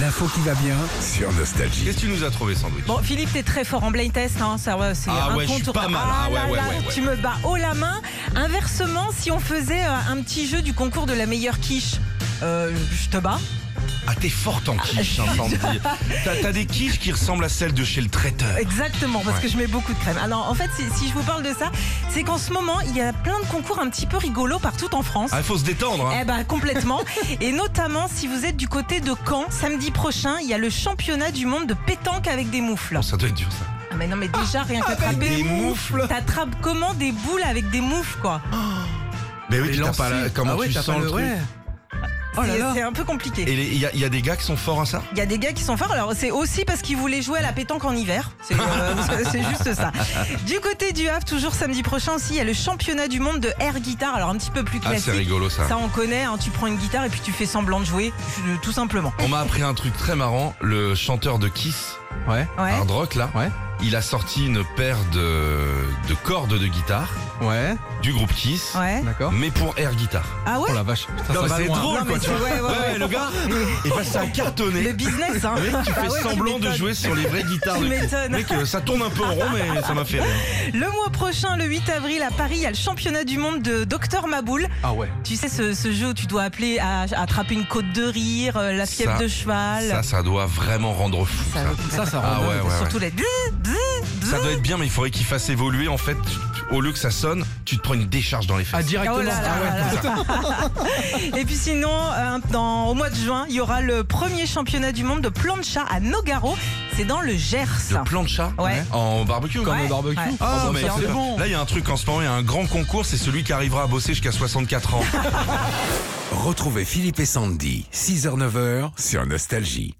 L'info qui va bien sur Nostalgie. Qu'est-ce que tu nous as trouvé, Sandwich Bon, Philippe, t'es très fort en blind test, hein, ça va, c'est Ah ouais, je suis incontournable. pas mal, hein, Ah là ouais, ouais, là, ouais, ouais. Tu me bats haut la main. Inversement, si on faisait euh, un petit jeu du concours de la meilleure quiche, euh, je te bats. Ah, t'es forte en quiche, hein, Sandy. T'as t'as des quiches qui ressemblent à celles de chez le traiteur. Exactement, parce Ouais. que je mets beaucoup de crème. Alors, en fait, si, si je vous parle de ça, c'est qu'en ce moment, il y a plein de concours un petit peu rigolos partout en France. Ah, il faut se détendre, hein. Eh ben complètement. Et notamment si vous êtes du côté de Caen, samedi prochain, il y a le championnat du monde de pétanque avec des moufles. Ça doit être dur, ça. Ah mais non mais déjà rien qu'attraper des moufles. T'attrapes comment des boules avec des moufles quoi Mais oui, Les puis t'as pas la- lancers. comment Ah ouais, tu t'as sens pas le truc. ouais. Oh là C'est- là. C'est un peu compliqué. Et les- il y, a- il y a des gars qui sont forts à ça Il y a des gars qui sont forts. Alors c'est aussi parce qu'ils voulaient jouer à la pétanque en hiver. C'est euh, c'est juste ça. Du côté du Havre, toujours samedi prochain aussi, il y a le championnat du monde de air guitare. Alors un petit peu plus Ah, c'est classique. rigolo, ça. ça on connaît. hein. Tu prends une guitare et puis tu fais semblant de jouer, je- tout simplement. On m'a appris un truc très marrant. Le chanteur de Kiss, Ouais, Ouais. Hard Rock, là, Ouais. il a sorti une paire de, de cordes de guitare ouais, du groupe Kiss, Ouais. d'accord. mais pour air guitare. Ah ouais. Oh la vache. putain, Non, ça mais va c'est loin. drôle, Non, mais quoi, tu c'est- vois. ouais, ouais, ouais. le gars, et bah, ça a cartonné. Le business, hein. Le mec, tu fais Ah ouais, semblant de m'étonnes. jouer sur les vraies guitares. Tu de Kiss. m'étonnes. Mec, euh, ça tourne un peu en rond, mais ça m'a fait rire. Le mois prochain, le 8 avril, à Paris, il y a le championnat du monde de Docteur Maboul. Ah ouais. Tu sais, ce, ce jeu où tu dois appeler à, à attraper une côte de rire, euh, la fièvre Ça, de cheval. Ça, ça doit vraiment rendre fou. Ça, Ça, ça rend Ah ouais, dingue. ouais, ouais. surtout les bzzz, bzzz, bzzz. Ça doit être bien, mais il faudrait qu'il fasse évoluer. En fait, tu- au lieu que ça sonne, tu te prends une décharge dans les Ah fesses. directement. Oh là là ah ouais. là Et puis sinon, euh, dans- au mois de juin, il y aura le premier championnat du monde de plancha à Nogaro. C'est dans le Gers. de plancha Ah, Ouais. en barbecue. Comme Ouais. au barbecue. Ouais. Ah, Ah, bah, mais ça, c'est bon. Là, il y a un truc en ce moment, il y a un grand concours, c'est celui qui arrivera à bosser jusqu'à 64 ans. Retrouvez Philippe et Sandy, 6h-9h sur Nostalgie.